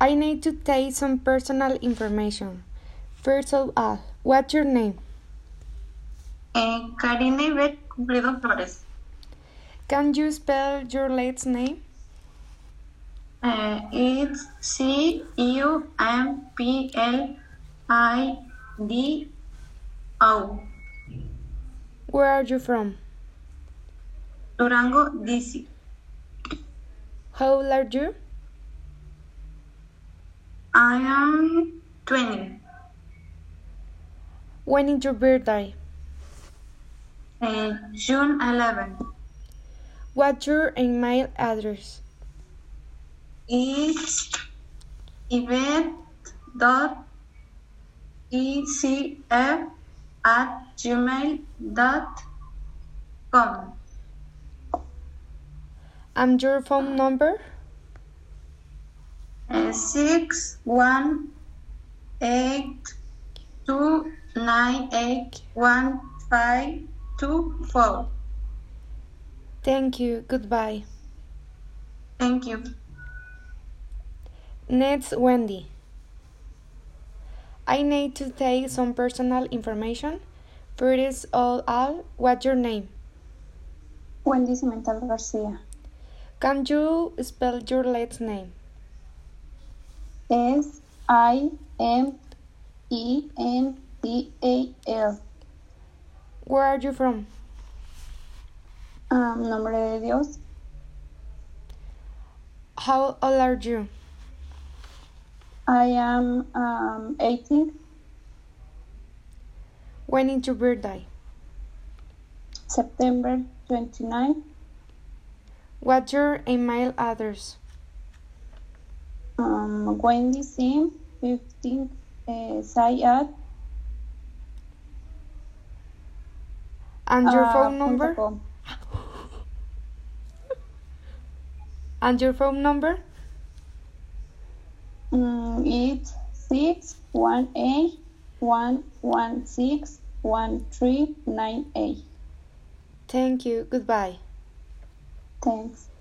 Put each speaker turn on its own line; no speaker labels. I need to take some personal information. First of all, what's your name?
Eh, Karine Bet Cumplido Flores.
Can you spell your last name?
Eh, it's C U M P L I D O.
Where are you from?
Durango DC.
How old are you?
I am 20.
When is your birthday?
Eh, June 11.
What's your email address?
It's Yvette dot ECF at gmail dot com.
And your phone number?
Uh, six one eight two nine eight one five two four.
Thank you. Goodbye.
Thank you.
Next, Wendy. I need to take some personal information. First of all, what's your name?
Wendy Cimental García.
Can you spell your last name?
S I M E N T A L.
Where are you from?
Um, nombre de Dios.
How old are you?
I am um, 18,
When is your birthday?
September 29,
What's your email address?
um, Wendy Sim, 15, uh, Sayat.
And your
uh,
phone number?
punto com.
And your phone number?
Mm, it's six one eight one one six one three nine eight.
Thank you. Goodbye.
Thanks.